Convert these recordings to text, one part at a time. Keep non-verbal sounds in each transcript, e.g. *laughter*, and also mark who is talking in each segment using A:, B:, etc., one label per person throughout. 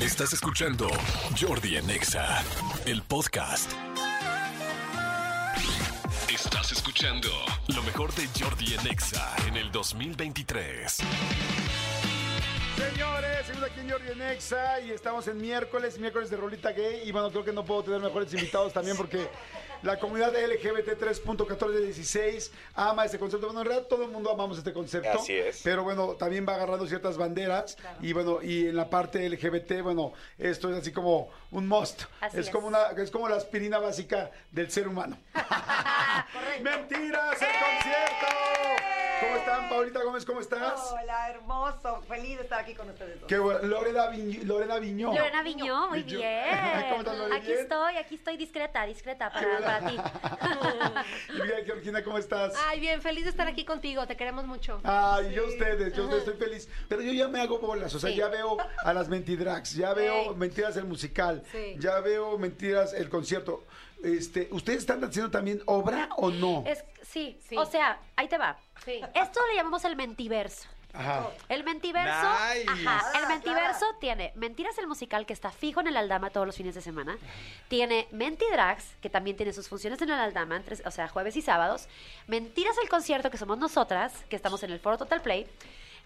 A: Estás escuchando Jordi en Exa, el podcast. Estás escuchando lo mejor de Jordi en Exa en el 2023.
B: Señores, seguimos aquí en Jordi en Exa y estamos en miércoles, miércoles de Rolita Gay. Y bueno, creo que no puedo tener mejores invitados también porque la comunidad LGBT 3.1416 ama este concepto. Bueno, en realidad todo el mundo amamos este concepto.
C: Así es.
B: Pero bueno, también va agarrando ciertas banderas. Y bueno, y en la parte LGBT, bueno, esto es así como un must.
D: Así
B: es,
D: es.
B: como una, es como la aspirina básica del ser humano. ¡Mentiras! ¡El concierto! ¿Cómo están, Paulita Gómez? ¿Cómo estás?
E: Hola, hermoso. Feliz de estar aquí con ustedes dos.
D: Este
B: Qué bueno. Lorena, Viñ- Lorena Viñó. *laughs*
D: Lorena Viñó, muy
B: Viñó.
D: bien.
B: Pues ¿Cómo estás, Lorena?
D: Aquí
B: Bien.
D: estoy, aquí estoy discreta, discreta para, para ti.
B: Y mira, Georgina, ¿cómo estás?
F: Ay, bien, feliz de estar aquí contigo, te queremos mucho.
B: Ay, yo ustedes, yo ustedes, estoy feliz. Pero yo ya me hago bolas, o sea,
F: Sí.
B: ya veo a las mentidrags, ya veo
F: Ey.
B: mentiras el musical,
F: Sí.
B: ya veo mentiras el concierto. Este, ¿Ustedes están haciendo también obra o no?
D: Es, sí,
F: Sí.
D: o sea, ahí te va.
F: Sí.
D: Esto le llamamos el mentiverso.
B: Ajá.
D: El mentiverso,
G: Nice.
D: ajá, el
E: Clara,
D: mentiverso
E: Clara.
D: tiene Mentiras el musical que está fijo en el Aldama todos los fines de semana, tiene Mentidrags que también tiene sus funciones en el Aldama, entre- o sea, jueves y sábados, Mentiras el concierto que somos nosotras, que estamos en el Foro Total Play,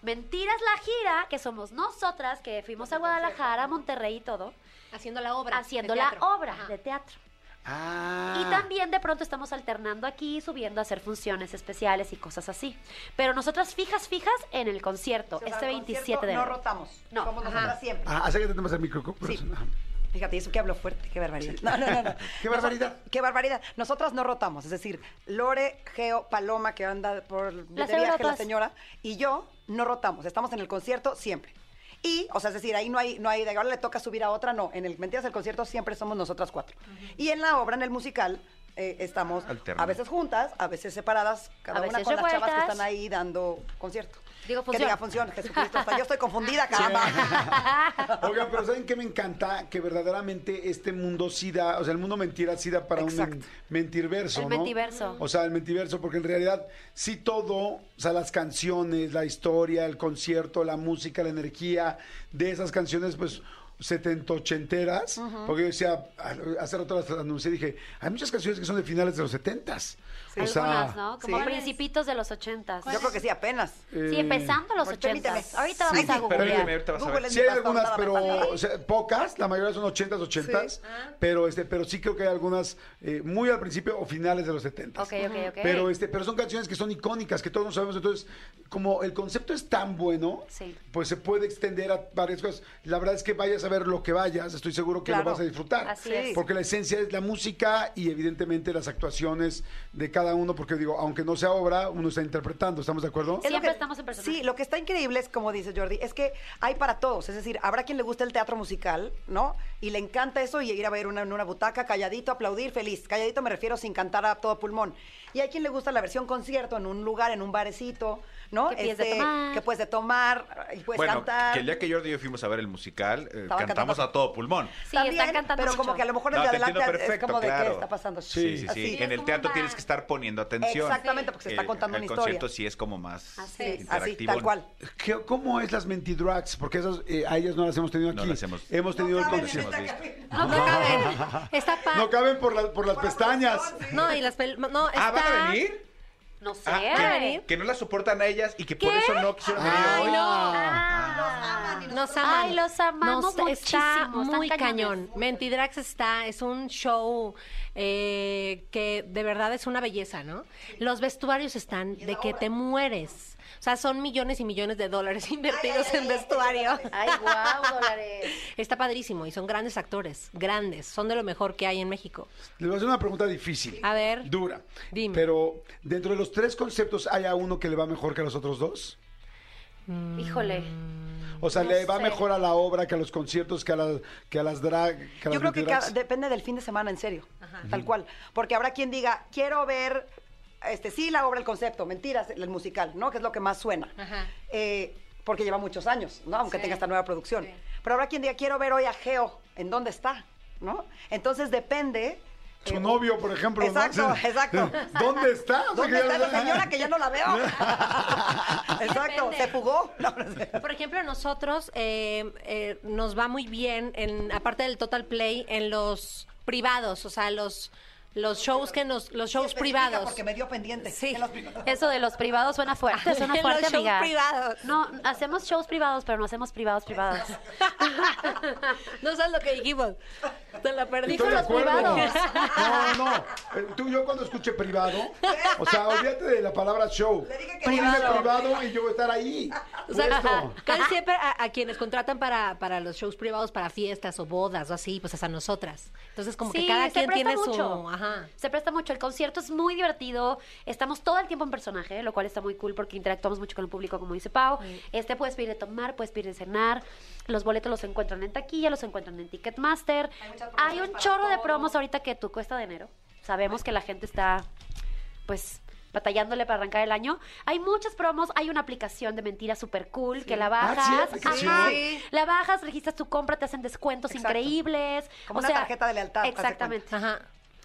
D: Mentiras la gira que somos nosotras que fuimos a Guadalajara, Monterrey y todo,
F: Haciendo la obra.
D: haciendo
F: de
D: la
F: teatro.
D: obra
F: Ajá.
D: de teatro.
B: Ah.
D: Y también de pronto estamos alternando aquí, subiendo a hacer funciones especiales y cosas así. Pero nosotras fijas, fijas en el concierto,
E: O sea,
D: este
E: al
D: 27 de
E: concierto No
D: enero.
E: rotamos.
D: No,
E: Somos
D: ajá.
E: nosotras siempre.
B: Ah, acércate más al micro. por *laughs*
E: Sí.
B: eso, ajá.
E: Fíjate, eso que hablo fuerte. Qué barbaridad. No, no, no. no.
B: *laughs* Qué barbaridad.
E: Qué barbaridad. Nosotras no rotamos. Es decir, Lore, Geo, Paloma, que anda por el
D: Las
E: de viaje la
D: eurotas.
E: señora, y yo no rotamos. Estamos en el concierto siempre. Y, o sea, es decir, ahí no hay, no hay, de ahora le toca subir a otra, no. En el Mentiras del Concierto siempre somos nosotras cuatro. Y en la obra, en el musical, eh, estamos
G: Alterna.
E: a veces juntas, a veces separadas, cada
D: A
E: una
D: veces
E: con las chavas que
D: revueltas.
E: están ahí dando concierto.
D: Digo,
E: Que diga
D: función.
E: función, Jesucristo. Hasta
D: *laughs*
E: yo estoy confundida, caramba.
B: Oigan, pero ¿saben qué me encanta? Que verdaderamente este mundo sí da, o sea, el mundo mentira sí da para un men-
E: Exacto.
B: mentirverso,
D: El
B: ¿no?
D: mentiverso.
B: O sea, el mentiverso, porque en realidad sí todo, o sea, las canciones, la historia, el concierto, la música, la energía de esas canciones, pues setentochenteras, porque yo decía, a- hace rato las anuncié, dije, hay muchas canciones que son de finales de los setentas. O sea,
D: Algunas, ¿no? Como
E: sí.
D: principitos de los ochentas.
E: Yo creo que sí, apenas.
D: Sí,
B: eh,
D: empezando los
E: ahorita
D: ochentas.
E: permíteme.
D: Ahorita vamos a
E: Sí, sí,
G: Permíteme,
D: googlear.
G: ahorita vas a ver.
E: Google es
B: Sí
E: mi
B: hay
E: pastor,
B: algunas,
E: nada me
B: pero
E: falta.
B: o sea, pocas, la mayoría son 80s, 80s,
E: Sí.
D: Ah.
B: pero este pero sí creo que hay algunas eh, muy al principio o finales de los 70s.
D: Ok, ok, ok.
B: Pero este pero son canciones que son icónicas, que todos sabemos, entonces como el concepto es tan bueno,
D: Sí.
B: pues se puede extender a varias cosas. La verdad es que vayas a ver lo que vayas, estoy seguro que lo
E: Claro.
B: vas a disfrutar.
D: Así
E: Sí.
D: es.
B: Porque la esencia es la música y evidentemente las actuaciones de cada uno, porque digo, aunque no sea obra, uno está interpretando, ¿estamos de acuerdo?
E: Es lo
D: Siempre estamos en personaje.
E: Sí, lo que está increíble es, como dice Jordi, es que hay para todos. Es decir, habrá quien le gusta el teatro musical, ¿no? Y le encanta eso y ir a ver una, en una butaca, calladito, aplaudir, feliz. Calladito me refiero sin cantar a todo pulmón. Y hay quien le gusta la versión concierto en un lugar, en un barecito, ¿no?
D: Que
E: Este,
D: pides de tomar.
E: Que puedes de tomar y puedes
G: bueno,
E: cantar.
G: que el día que Jordi y yo fuimos a ver el musical, eh,
E: pues Estaba
G: cantamos
E: cantando.
G: a todo pulmón.
D: Sí, están cantando
E: pero
D: mucho.
E: como que a lo mejor
G: No,
E: el de
G: te
E: adelante
G: entiendo
E: es
G: perfecto,
E: como de qué
G: claro.
E: está pasando.
G: Sí, sí, sí.
E: Así.
G: En el
F: como
G: teatro
F: una-
G: tienes que estar poniendo atención.
E: Exactamente, porque se está
G: Eh,
E: contando
G: el
E: una historia.
G: concierto sí es como más
D: Así
G: eh,
D: es.
E: Así,
G: interactivo.
E: tal cual.
B: ¿Qué- ¿Cómo es las mentidrags? Porque esas, eh, a ellas no las hemos tenido
G: No
B: aquí.
G: las hemos-
B: hemos tenido el
E: caben en
B: concierto.
E: esta
G: Hemos visto.
E: cabina.
F: No te caben. *laughs* Está pa...
B: No caben por, la- por las pestañas.
F: No, y las pel... No, está...
G: Ah, ¿van a venir?
D: No sé.
G: Ah, que, que no la soportan a ellas y que por
D: ¿Qué?
G: eso no quisieron venir
F: Ay,
G: hoy.
F: no.
D: Ah.
F: Nos aman.
D: Ay, los amamos
F: Nos- Está
D: muchísimo, están
F: muy cañón.
D: cañones.
F: Mentidrax está, es un show eh, que de verdad es una belleza, ¿no? Los vestuarios están de que te mueres. O sea, son millones y millones de dólares *laughs* invertidos en vestuario.
D: Ay, guau, dólares.
F: Está padrísimo y son grandes actores, grandes, son de lo mejor que hay en México.
B: Les voy a hacer una pregunta difícil.
F: A ver.
B: Dura.
F: Dime.
B: Pero, ¿dentro de los tres conceptos hay a uno que le va mejor que a los otros dos?
D: Híjole.
B: O sea,
D: No
B: ¿le va
D: sé.
B: mejor a la obra, que a los conciertos, que a, la- que a las drag? Que a
E: Yo
B: las
E: creo que
B: mentidrags?
E: ca- depende del fin de semana, en serio. Tal cual. Porque habrá quien diga, quiero ver, este, sí, la obra, el concepto, mentiras, el musical, ¿no? Que es lo que más suena.
F: Ajá.
E: Eh, porque lleva muchos años, ¿no? Aunque
F: Sí.
E: tenga esta nueva producción.
F: Sí.
E: Pero habrá quien diga, quiero ver hoy a Geo, ¿en dónde está? ¿No? Entonces depende eh,
B: Su novio, por ejemplo. ¿no?
E: Exacto,
B: *laughs* Sí.
E: exacto.
B: ¿Dónde está? O sea, que
E: ¿Dónde
B: ya
E: está
B: lo-
E: esa señora que ya no
B: *laughs*
E: la veo? *laughs* Exacto,
F: Depende.
E: se fugó. No, no sé.
F: Por ejemplo, nosotros eh, eh, nos va muy bien, en, aparte del Total Play, en los privados, o sea, los, los shows que nos, los shows
E: Especifica
F: privados.
E: Porque
F: *laughs*
E: me dio pendiente.
F: Sí.
E: En los privados.
D: Eso de los privados suena fuerte,
F: *laughs* Ay,
D: suena
F: los
D: fuerte,
F: shows
D: amiga.
F: privados.
D: No, hacemos shows privados, pero no hacemos privados privados.
F: *laughs* no sabes lo que dijimos. Te la perdí.
D: Dijo
B: Estoy de
D: los
B: acuerdo.
D: privados.
B: No, no. Eh, Tú, yo cuando escuche
D: *laughs*
B: privado, o sea, olvídate de la palabra show.
E: Le dije que
B: Tú dime
E: privado.
B: privado y yo voy a estar ahí.
F: *laughs* O sea,
B: puesto.
F: casi siempre a, a quienes contratan para, para los shows privados, para fiestas o bodas o así, pues hasta nosotras. Entonces, como que cada quien tiene su. Ajá.
D: Se presta mucho. El concierto es muy divertido. Estamos todo el tiempo en personaje, lo cual está muy cool porque interactuamos mucho con el público, como dice Pau. Este puedes pedir de tomar, puedes pedir de cenar. Los boletos los encuentran en taquilla, los encuentran en Ticketmaster. Hay, un chorro de promos ahorita que tú cuesta dinero. Sabemos que la gente está, pues batallándole para arrancar el año. Hay muchas promos, hay una aplicación de mentiras super cool que la
B: Ah, sí,
D: bajas,
B: aplicación.
D: ajá,
E: Sí.
D: la bajas, registras tu compra, te hacen descuentos
E: Exacto.
D: increíbles.
E: Como
D: o
E: una
D: sea,
E: tarjeta de lealtad, haz de cuenta.
D: Exactamente.
F: Ajá.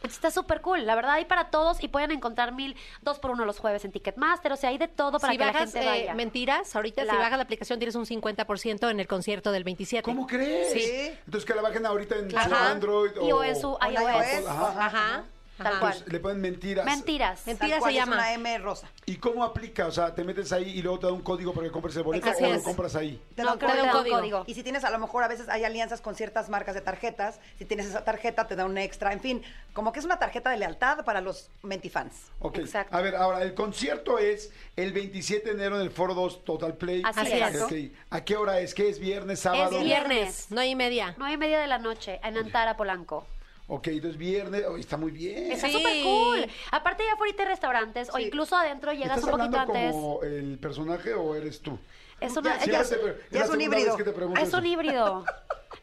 D: Está súper cool, la verdad hay para todos y pueden encontrar mil, dos por uno los jueves en Ticketmaster, o sea, hay de todo para
F: si
D: que
F: bajas
D: la gente
F: eh,
D: vaya.
F: mentiras, ahorita
D: La-
F: si bajas la aplicación tienes un 50% en el concierto del 27.
B: ¿Cómo crees?
E: Sí.
B: Entonces que la bajen ahorita en su
F: Ajá.
B: Android o,
D: Y o en su
E: en
D: iOS.
E: iOS.
B: Ajá.
F: Ajá.
D: Tal
F: ajá.
D: cual.
B: Le ponen mentiras.
D: Mentiras.
F: Mentiras.
E: Tal
F: se
E: cual,
F: llama.
E: Es una M rosa.
B: ¿Y cómo aplica? O sea, te metes ahí y luego te da un código para que compres el boleto
F: Así
B: o lo
F: es.
B: compras ahí.
E: Te
F: No,
E: dan
F: creo
E: código.
F: que un código.
D: código.
E: Y si tienes, a lo mejor a veces hay alianzas con ciertas marcas de tarjetas. Si tienes esa tarjeta, te da un extra. En fin, como que es una tarjeta de lealtad para los mentifans.
B: Ok.
D: Exacto.
B: A ver, ahora, el concierto es el 27 de enero en el Foro 2 Total Play.
D: Así
F: Así es. es.
B: Ok. ¿A qué hora es? ¿Qué es? ¿Viernes, sábado?
D: Es
F: Viernes, no y media.
D: Nueve y media de la noche en Antara, Polanco.
B: Ok, entonces viernes. Oh, está muy bien.
D: Está
F: Sí.
D: súper cool. Aparte ya fuera hay restaurantes o incluso adentro llegas
B: ¿Estás
D: un poquito
B: hablando
D: antes.
B: como el personaje o eres tú?
D: Es una-
E: Ya,
D: es- Ah,
E: ya
B: Siempre
E: es-
B: te pre-
E: ya
B: la
E: es un
B: segunda vez
E: híbrido.
B: que te pregunto
D: es un
B: eso.
E: *laughs*
D: híbrido.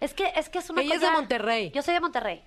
D: Es que es que es una
F: Ella es
D: cosa-
F: de Monterrey.
D: Yo soy de Monterrey.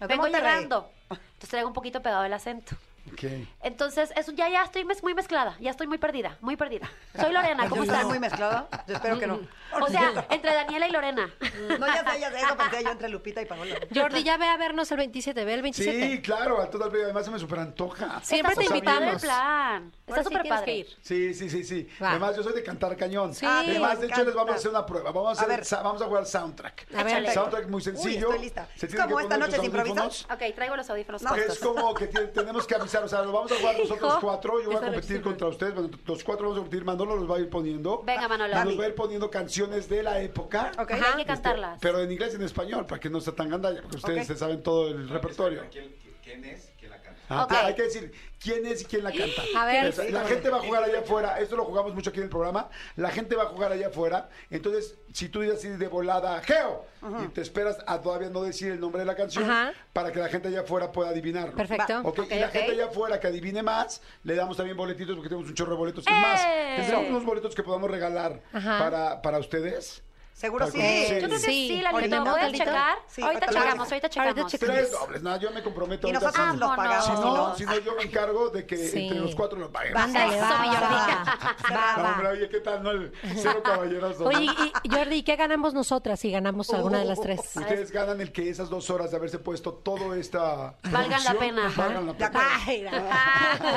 E: De
D: Vengo
E: Monterrey.
D: llegando. Entonces traigo un poquito pegado el acento.
B: Ok.
D: Entonces, eso ya, ya estoy mez- muy mezclada, ya estoy muy perdida, muy perdida. Soy Lorena, ¿cómo
E: ¿Está
D: están?
E: muy mezclado? Yo espero que no.
D: O sea, entre Daniela y Lorena.
E: Mm, No, ya sé, ya sé, eso pensé yo entre Lupita y Paola.
F: Jordi, ya ve a vernos el 27, ve el 27.
B: Sí, claro, al Total Play. Además se me superantoja.
F: Siempre
D: Está
F: te
D: súper padre el
F: invitamos.
D: plan.
F: Ahora
D: Está
F: sí
D: súper
F: tienes
D: padre.
F: que ir.
B: Sí, sí, sí, sí.
F: Va.
B: Además, yo soy de cantar cañón.
F: Sí.
B: Además, de
E: Me
B: hecho, les vamos a
E: encanta.
B: hacer una prueba. Vamos a,
E: A
B: hacer
E: ver.
B: sa- vamos a jugar soundtrack.
F: A ver.
B: soundtrack muy sencillo.
E: Uy, estoy lista.
B: Se
E: Es
B: tienen
E: como
B: que
E: esta
B: poner
E: noche
B: sus
E: sin improvisar.
B: audífonos.
D: Ok, traigo los audífonos
E: No,
B: Es
D: puestos.
B: como que tiene- tenemos que avisar, o sea, lo vamos a jugar nosotros
D: Hijo.
B: cuatro, yo voy a
F: Eso lo
B: competir
F: hiciste.
B: contra ustedes, bueno, los cuatro vamos a competir, Manolo los va a ir poniendo.
D: Venga, Manolo.
B: Y nos va a ir poniendo canciones de la época. Este,
E: Ok.
D: Ajá, hay que cantarlas.
B: Pero en inglés y en español, para que no sea tan gandalla, porque ustedes
E: Ok.
B: se saben todo el repertorio.
G: ¿Quién, quién es? ¿Quién la canta?
B: Ah,
D: Ok.
B: pero Hay que decir quién es y quién la canta.
F: A ver.
B: Esa- la gente va a jugar allá afuera. Esto lo jugamos mucho aquí en el programa. La gente va a jugar allá afuera. Entonces, si tú dices así de volada, Geo, y te esperas a todavía no decir el nombre de la canción
F: Ajá.
B: para que la gente allá afuera pueda adivinarlo.
F: Perfecto.
B: Ok,
D: Ok,
B: y la
D: ok.
B: gente allá afuera que adivine más, le damos también boletitos porque tenemos un chorro de boletos. Y más,
D: ¡Eh!
B: tendremos unos boletos que podamos regalar
F: Ajá.
B: para, para ustedes.
E: Seguro
B: Para
E: sí.
B: comer, sí.
D: Yo creo que
F: Sí.
D: sí, Lalito.
F: ¿Tenemos,
D: ¿Puedes
F: Lalito?
D: checar? ahorita
E: Sí, ahorita
D: checamos, ahorita
F: Ahorita
D: checamos.
F: checamos.
B: Tres dobles. No, yo me comprometo.
E: Y
B: ahorita
E: nosotros
B: sí.
E: los pagamos.
B: Si no,
D: Vámonos.
B: si no, yo me encargo de que
F: Sí.
B: entre los cuatro lo paguen.
F: Ándale, va,
D: Eso, mi
F: va,
E: Jordi.
F: va,
B: *laughs* No,
F: va.
B: hombre, oye, ¿qué tal? No, el cero
F: *laughs*
B: caballeros. ¿no?
F: Oye, y- y, Jordi, ¿qué ganamos nosotras si ganamos alguna de las *laughs* tres?
B: Ustedes ganan el que esas dos horas de haberse puesto todo esta.
D: Valgan la
B: producción,
D: pena.
B: Valgan la
E: Ajá.
B: pena.
F: Ay, la-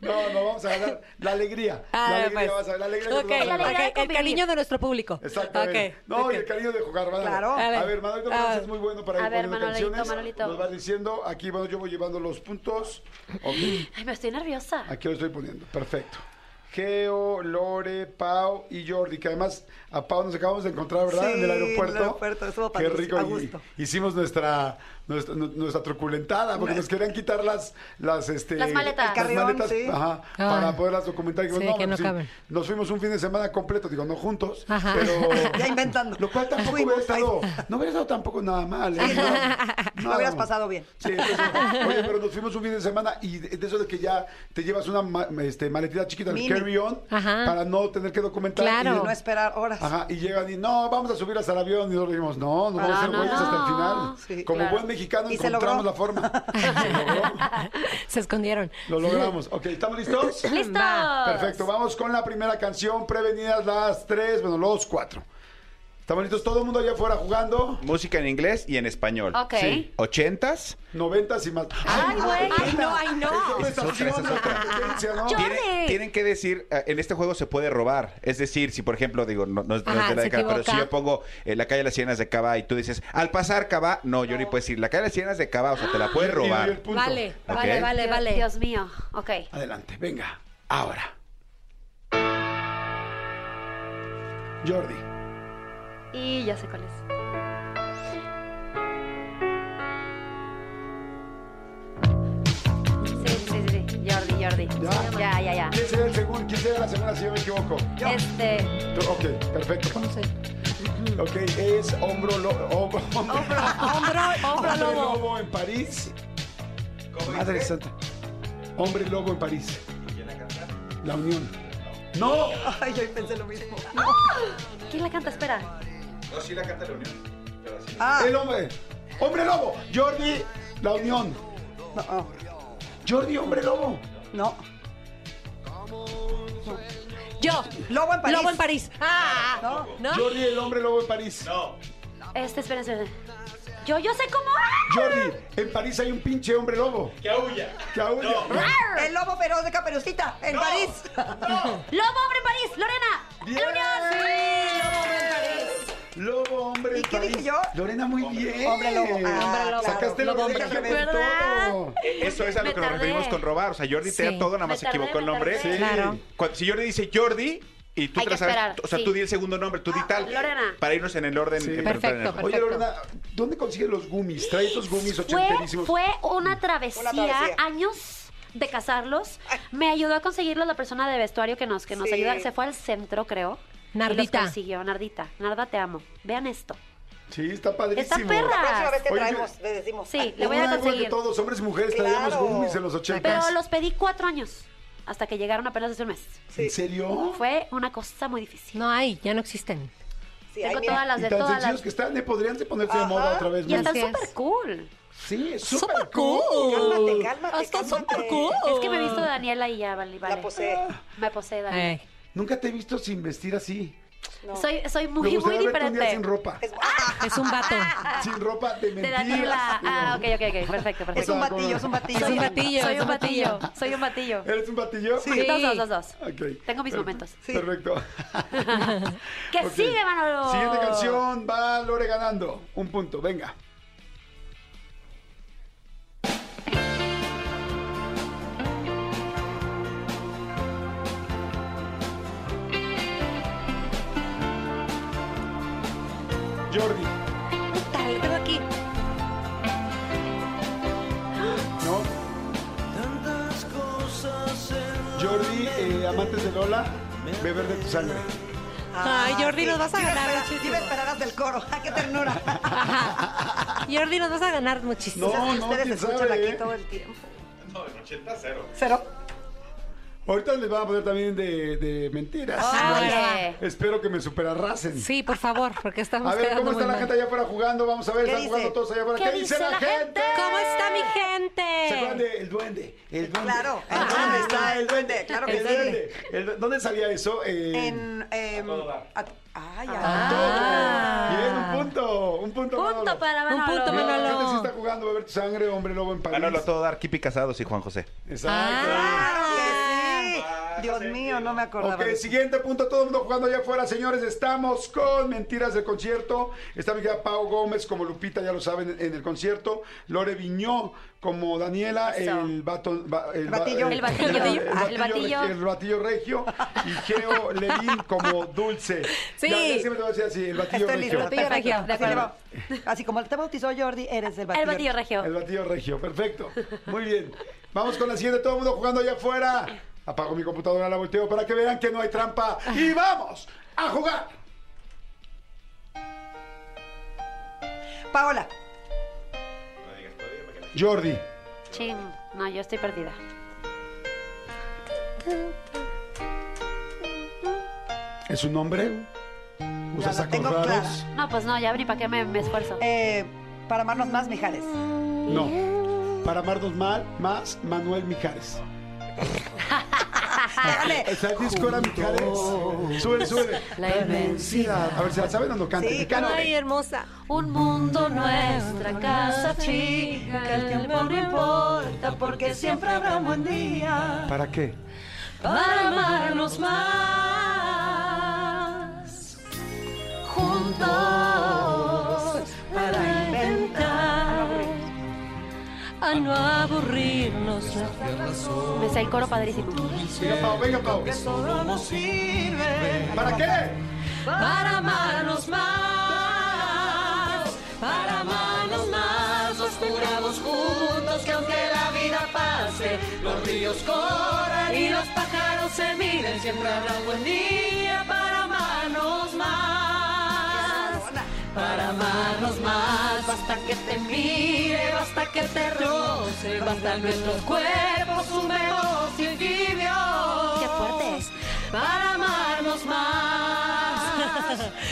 B: No, no, vamos a ganar la
F: *laughs*
B: alegría.
F: Ah,
B: la alegría,
F: pues.
B: vas a ver, la alegría. que
F: Ok,
B: nos vamos a
D: La
B: ganar.
D: alegría de
F: ok, el
D: convivir.
F: cariño de nuestro público.
B: Exactamente.
F: Ok,
B: No,
F: ok.
B: y el cariño de jugar, van a ver.
E: Claro.
F: A ver.
B: A ver, Manolito
F: Ah.
B: Fernández es muy bueno para ir
D: A ver,
B: poniendo
D: Manolito,
B: canciones.
D: Manolito.
B: Nos va diciendo, aquí bueno, yo voy llevando los puntos. Ok,
D: *laughs* Ay, me estoy nerviosa.
E: Ah.
B: aquí lo estoy poniendo. Perfecto. Geo, Lore, Pau y Jordi, que además a Pau nos acabamos de encontrar, ¿verdad?
E: Sí,
B: en el aeropuerto.
E: en el aeropuerto, estuvo
B: Qué
E: padrísimo,
B: rico.
E: a
B: y-
E: gusto.
B: hicimos nuestra, nuestra nuestra truculentada, porque nos querían quitar las las este
D: Las maletas.
B: las
D: El
E: carrión,
B: maletas,
E: sí.
B: ajá,
F: Ah.
B: para poderlas documentar. Y dijimos,
F: Sí, que
B: pues
F: no
B: sí,
F: caben.
B: Nos fuimos un fin de semana completo, digo, no juntos,
F: Ajá.
B: pero
E: *laughs* Ya inventando.
B: lo cual tampoco
E: Fuimos,
B: hubiera estado.
E: ahí.
B: No hubiera estado tampoco nada mal.
E: *laughs*
B: ¿eh? No,
E: Lo hubieras pasado bien.
B: Sí, entonces, oye, pero nos fuimos un fin de semana y de, de eso de que ya te llevas una ma- este, maletita chiquita, el
E: Mini.
B: carry-on,
F: Ajá.
B: para no tener que documentar.
F: Claro.
B: Y,
E: No esperar horas.
B: Ajá, y llegan y no, vamos a subir hasta el avión. Y nosotros dijimos, no, nos vamos a
D: Ah,
B: hacer
D: no,
B: güeyes hasta el
D: no.
B: final.
E: Sí,
B: Como
D: claro.
B: buen mexicano
E: Y se
B: encontramos la
E: logró.
B: forma. Se logró.
F: Se escondieron.
B: Lo logramos. Ok, ¿estamos listos?
D: ¡Listo!
F: Va.
B: Perfecto, vamos con la primera canción, prevenidas las tres, bueno, los cuatro. Está bonitos. Todo el mundo allá afuera jugando.
C: Música en inglés y en español.
D: Ok.
B: Sí.
C: ¿Ochentas?
B: Noventas y más.
D: Ay, güey.
F: Ay, no, ay, no.
B: Es otra, es otra competencia, ¿no?
D: Yo-
C: Tiene-
D: ¡Órale!
C: tienen que decir, eh, en este juego se puede robar. Es decir, si por ejemplo, digo, no, no es no es
F: Ajá,
C: de la
F: se
C: década, pero si
F: equivoca.
C: yo pongo eh, la calle de las sirenas de Cava y tú dices, al pasar Cava, no, yo ni puedo decir, la calle de las sirenas de Cava, o sea, te la puedes
B: Ah, Y doy el
C: robar.
B: punto.
F: Vale,
C: Ok.
F: vale, vale,
D: Dios-
F: vale.
D: Dios mío. Ok.
B: Adelante, venga. Ahora. Jordi.
D: Y ya sé cuál es. Sí, sí, sí, sí. Jordi, Jordi.
B: ¿Ya?
D: ya, ya. ya.
B: ¿Quién será el segundo? ¿Quién será la segunda si yo me equivoco?
D: Este.
B: Tú- Ok, perfecto. Ok, es hombro lobo. Hombro,
E: Hombro, hombro
B: Hombre
E: lobo.
B: lobo en París. Madre santa. Hombre lobo en París. La unión. ¡No!
E: Ay, yo pensé lo mismo.
D: ¿Quién la canta? Espera.
G: No, sí la canta la unión. Pero así no.
E: Ah,
B: El hombre. ¡Hombre lobo! Jordi, la unión.
E: no,
B: Jordi, hombre lobo.
E: no.
F: Yo.
E: Lobo en París.
F: Lobo en París. Ah, no.
B: Jordi, el hombre lobo en París.
D: Este, espera, espera. Yo, yo sé cómo.
B: Jordi, en París hay un pinche hombre lobo.
G: ¡Que aúlla!
B: Que aúlla.
E: El lobo feroz de Caperucita en París.
D: Lobo, hombre en París. Lorena.
B: ¡Bien! Lobo, hombre,
E: ¿Y
B: en
E: qué
B: París.
E: dije yo?
B: Lorena, muy bien.
E: Hombre lobo. Ah, Hombre lobo.
B: Sacaste
E: Lobo,
B: Lorena
E: hombre
B: que aventó.
D: ¿Verdad?
C: Eh, Eso es a lo
D: Me
C: que nos
D: tardé.
C: referimos con robar. O sea, Jordi te
F: Sí.
C: da todo, nada más
D: Me tardé,
C: equivocó el
D: me
C: nombre.
D: tardé.
B: Sí. Claro.
C: Cuando- si Jordi dice Jordi y tú te
D: Hay que
C: la sabes,
D: esperar,
C: o sea,
D: sí. Ah,
C: tú di el segundo nombre, tú di tal.
D: Lorena.
C: Para irnos en el orden.
B: Sí.
C: que-
F: Perfecto,
C: pero-
B: Oye,
F: Perfecto.
B: Lorena, ¿dónde consigues los gummies? Trae estos gummies
D: Fue,
B: ochenterísimos.
D: fue una travesía,
E: Una travesía.
D: años de casarlos. Me ayudó a conseguirlos la persona de vestuario que nos, que nos
E: Sí.
D: ayuda. Se fue al centro, creo. Y los
F: Nardita.
D: consiguió, Nardita. Narda, te amo. Vean esto.
B: Sí, está padrísimo.
D: Está perra.
E: La próxima vez que
B: Oye,
E: traemos,
B: yo-
E: le decimos.
D: Sí, le
B: Le
D: voy a conseguir.
B: que todos, hombres y mujeres, traíamos
E: Claro.
B: gummies en los ochentas.
D: Pero los pedí cuatro años, hasta que llegaron apenas hace un mes.
B: ¿En serio?
D: Fue una cosa muy difícil.
F: No hay, ya no existen.
E: Sí, ahí
D: Tengo
E: mira.
D: todas las
B: Y
D: de
B: tan
D: todas
B: sencillos
D: las...
B: que están, ¿eh? podrían ponerse de
E: Ajá.
B: moda otra vez.
D: Y
B: más.
D: están
F: Así es.
D: súper cool.
B: Sí, es súper cool.
E: Cálmate, cálmate.
F: Está
E: cálmate.
F: súper cool.
D: Es que me he
F: Oh.
D: visto de Daniela y ya, vale, vale.
E: La posee.
D: Me posee Daniela.
F: Ay.
B: Nunca te he visto sin vestir así.
E: No.
D: Soy, soy
B: Me
D: muy, muy
B: gustaría verte un día
D: diferente.
B: sin ropa.
E: Es,
F: Es un vato.
B: Sin ropa de
D: De
B: mentiras.
D: Daniela. Ah, ok, ok, ok. Perfecto,
E: es
D: perfecto.
E: un batillo, es un batillo.
F: Es un
E: Sí.
F: batillo.
D: Soy
F: es
D: un batillo. Soy un batillo.
C: Eh,
B: ¿Eres un batillo?
F: Sí.
D: Dos, dos, dos, dos.
B: Ok.
D: Tengo mis
B: Per-
D: momentos.
B: Perfecto.
D: ¿Qué
B: Ok.
D: sigue, Manolo?
B: Siguiente canción, va Lore ganando. Un punto, venga. Jordi,
F: Puta, lo tengo aquí.
B: ¿no? Jordi, eh, amantes de Lola, beber de tu sangre. Ah,
F: Ay,
E: Ah,
F: Jordi, nos vas a
E: Yo iba
F: ganar
E: esperar-
F: muchísimo.
E: yo iba a esperar hasta el coro. ¡Ah, qué ternura!
F: Ajá. Jordi, nos vas a ganar muchísimo.
B: No, no,
E: Ustedes
B: quién
E: escuchan
B: sabe,
E: aquí
B: ¿eh?
E: todo el tiempo.
G: No, en 80 cero.
E: Cero.
B: Ahorita les van a poner también de, de mentiras.
F: Ah,
B: Igual,
D: bueno.
B: Espero que me superarracen.
F: Sí, por favor, porque estamos
B: A ver,
F: quedando
B: ¿cómo
F: muy
B: está la
F: mal.
B: gente allá afuera jugando? Vamos a ver,
E: ¿Qué
B: están
E: dice?
B: jugando todos allá afuera. ¿Qué, dice la gente?
F: ¿Cómo está mi
B: ¿Se acuerdan
F: gente?
B: de El Duende? El Duende.
E: Claro,
B: Ah,
E: el duende está, el duende, claro que
B: el
E: sí.
B: Duende. El du- ¿Dónde salía eso? Eh,
E: En. em, a- ay,
B: todo.
E: ay.
F: Ah.
B: Bien, un punto. Un punto,
D: Punto
B: Manolo.
D: para
F: Un
D: Manolo.
F: punto,
B: Mira, La
F: Manolo.
B: gente sí está jugando, beber tu sangre, hombre lobo en París.
C: Manolo, a todo dar, Kipi Casados y Juan José.
B: Exacto.
D: Ah.
E: Claro que Ah, sí. Dios mío, no me acordaba.
B: Ok,
E: de eso.
B: siguiente punto, todo el mundo jugando allá afuera, señores, estamos con Mentiras del Concierto. Está mi querida Pau Gómez como Lupita, ya lo saben, en el concierto. Lore Viñó como Daniela,
D: Eso.
B: el bato- ba-
E: El batillo.
B: ba-
E: El
D: batillo.
B: el- el
D: Ah,
B: batillo
D: el batillo.
B: reg- el batillo regio. Y Geo Levín como Dulce.
F: Sí.
B: Ya, ya siempre te voy a decir así, el batillo
E: Estoy
B: regio.
E: lista.
F: Batillo
E: perfecto.
F: regio, de
E: Así le va. Así como te bautizó Jordi, eres el batillo.
D: El batillo regio.
B: El batillo regio, perfecto. Muy bien. Vamos con la siguiente, todo el mundo jugando allá afuera. Apago mi computadora, la volteo para que vean que no hay trampa. Y vamos a jugar.
E: Paola.
B: Jordi.
D: Ching. No, yo estoy perdida.
B: ¿Es un hombre? ¿Usa
E: la
B: sacos
E: tengo
B: raros?
E: clara.
D: No, pues no, ya ni para qué me, me esfuerzo.
E: Eh, para amarnos más, Mijares.
B: No. Para amarnos mal, más Manuel Mijares.
E: Hágale.
B: Esa disco era mi carex. Sube, sube.
D: La inmensidad.
B: A ver, ¿se la saben o no canten?
E: Sí,
B: Que canten.
F: Ay, hermosa.
D: Un mundo, nuestra casa chica, el tiempo no importa porque siempre habrá un buen día
B: ¿Para qué?
D: para amarnos más. Juntos para inventar, a no aburrirnos. Me sé el coro padrísimo.
B: Venga, Pau, venga, Pau. ¿Para qué?
D: Para amarnos más, para amarnos más, los juramos juntos que aunque la vida pase, los ríos corran y los pájaros se miren, siempre habrá un buen día para amarnos más, para amarnos más, basta que te mire, basta que te roce, basta nuestros cuerpos húmedos y tibios. ¡Qué fuerte! Para amarnos más,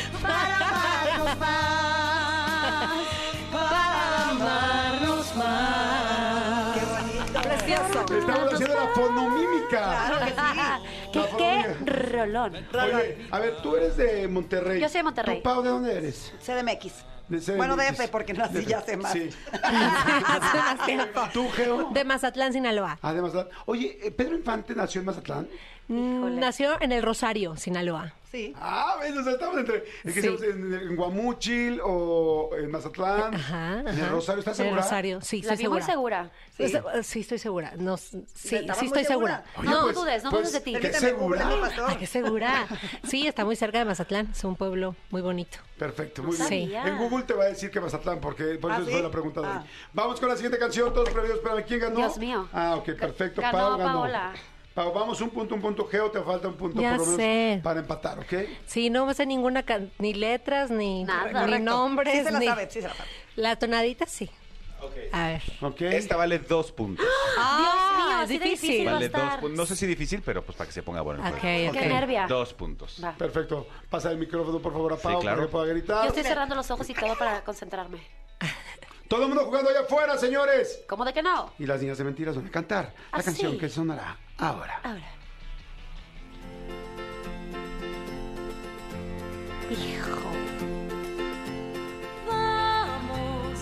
F: *laughs*
D: para amarnos más, para amarnos más.
E: Qué bonito.
F: Precioso.
B: Estamos haciendo la fonomímica.
E: Claro que sí.
D: *laughs* ¿Qué, qué rolón?
B: Oye, a ver, tú eres de Monterrey.
D: Yo soy de Monterrey.
B: ¿Tú, Pau, de dónde eres?
E: CDMX.
B: De CDMX.
E: Bueno, DF, porque nací ya hace más.
B: Sí.
F: *laughs* Hace más tiempo.
B: ¿Tú, Geo?
F: De Mazatlán, Sinaloa.
B: Ah, de Mazatlán. Oye, eh, ¿Pedro Infante nació en Mazatlán?
F: Mm, Nació en el Rosario, Sinaloa.
E: *laughs* Sí.
B: Ah, ves, o sea, estamos entre. Es que
F: Sí.
B: estamos en, en Guamúchil o en Mazatlán.
F: Ajá.
B: En el
F: ajá.
B: Rosario, ¿estás
F: En el
B: segura?
F: Rosario, sí, estoy segura. Sí. sí, estoy segura. No, sí, sí
E: Estaba muy
F: estoy
E: segura.
F: segura.
B: Oye,
D: No
B: pues,
D: dudes, no
B: pues,
D: dudes de ti.
B: ¿qué
E: Permíteme,
B: segura?
E: Google, pastor.
F: Ay, qué segura. Sí, está muy cerca de Mazatlán. Es un pueblo muy bonito.
B: Perfecto, muy bien.
F: Sí.
B: En Google te va a decir que Mazatlán, porque por
E: ¿Ah,
B: eso
E: sí?
B: fue la pregunta de hoy.
E: Ah.
B: Vamos con la siguiente canción, todos previos para quién ganó.
D: Dios mío.
B: Ah, ok, perfecto.
D: Ganó
B: Pau ganó.
D: Paola.
B: Pau, vamos un punto, un punto. Geo, te falta un punto
F: Ya
B: por lo menos
F: sé.
B: para empatar, ¿ok?
F: Sí, no sé ninguna, can- ni letras, ni,
D: Nada.
F: ni
D: Correcto.
F: nombres.
E: Sí se la
F: ni-
E: sabe, sí se la sabe.
F: La tonadita, sí. A ver.
B: Ok.
C: Esta vale dos puntos.
F: Ah,
D: mío, así de difícil va a
C: Vale dos
D: estar.
C: puntos. No sé si difícil, pero pues para que se ponga bueno. el
F: Ok,
C: juego.
F: ok.
D: Qué nervia.
C: Dos puntos.
D: Va.
B: Perfecto. Pasa el micrófono, por favor, a Pau,
C: claro.
B: para que pueda gritar.
D: Yo estoy cerrando los ojos y todo para concentrarme.
B: Todo el mundo jugando allá afuera, señores.
D: ¿Cómo de que no?
B: Y las niñas de mentiras van a cantar la
D: Ah,
B: canción
D: sí.
B: que sonará ahora.
D: Ahora. Hijo.
H: Vamos,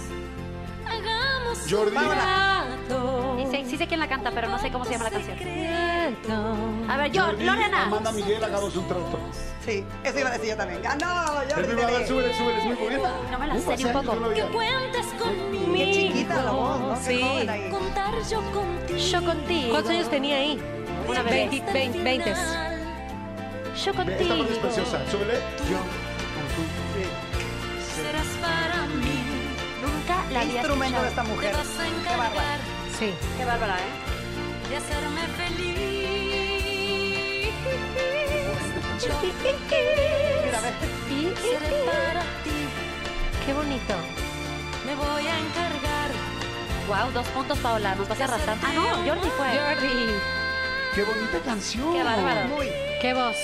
H: hagamos
B: Jordi.
H: un trato.
D: Sí, sé- sí sé quién la canta, pero no sé cómo se llama la canción.
H: Secreto.
D: A ver, yo, Lorena.
B: Amanda Miguel, hagamos un trato.
E: Sí, eso iba a decir yo también. ¡Ganó! Yo
B: Es mi a ver, súbele, súbele, es muy bonita.
D: No me la sé ni un
B: hace años
D: poco.
B: yo no oía.
H: Que cuentes conmigo.
E: Qué chiquita la voz, ¿no? Qué
F: Sí.
E: joven ahí.
H: Contar yo contigo.
D: Yo contigo.
F: ¿Cuántos años tenía ahí?
D: Una bebé.
F: Veinti- vein- veintes.
D: Yo
B: Ve, Esta parte es
D: contigo.
B: preciosa. Súbele.
H: Serás para mí.
D: Nunca la
E: Qué
D: había
E: instrumento de esta
D: escuchado.
E: mujer.
H: Te vas a
E: Qué bárbara.
H: encargar
F: Sí.
D: Qué bárbara, ¿eh?
H: de hacerme feliz. Yo
E: Mira, a ver.
H: seré para ti.
F: Qué bonito.
H: Me voy a encargar.
D: Wow, dos puntos, Paola. Nos vas a arrastrar. Ah, no, Jordi fue.
F: Jordi,
B: Qué bonita canción.
D: Qué bárbaro.
E: Muy.
F: qué voz.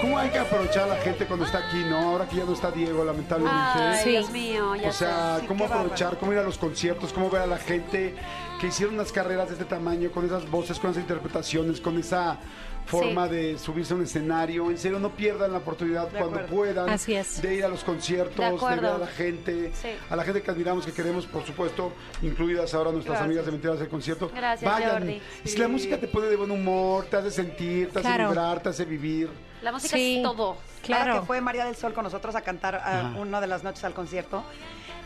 B: ¿Cómo hay que aprovechar a la gente cuando está aquí, no? Ahora que ya no está Diego, lamentablemente.
D: Ay,
F: Sí.
D: Dios mío, ya
B: O sea,
E: Sí,
B: cómo
E: qué bárbaro.
B: aprovechar, cómo ir a los conciertos, cómo ver a la gente que hicieron unas carreras de este tamaño, con esas voces, con esas interpretaciones, con esa forma de subirse a un escenario. En serio, no pierdan la oportunidad cuando
E: acuerdo.
B: puedan
F: Así es.
B: de ir a los conciertos, de,
D: De acuerdo.
B: ver a la gente,
D: Sí.
B: a la gente que admiramos, que queremos, por supuesto, incluidas ahora nuestras
D: Gracias.
B: amigas de Mentiras del Concierto.
D: Gracias,
B: Vayan.
D: Jordi.
B: Y Si la música te pone de buen humor, te hace sentir, te hace
F: Claro.
B: vibrar, te hace vivir.
D: La música
F: Sí.
D: es todo.
E: Claro.
F: Claro.
E: que fue María del Sol con nosotros a cantar a una de las noches al concierto,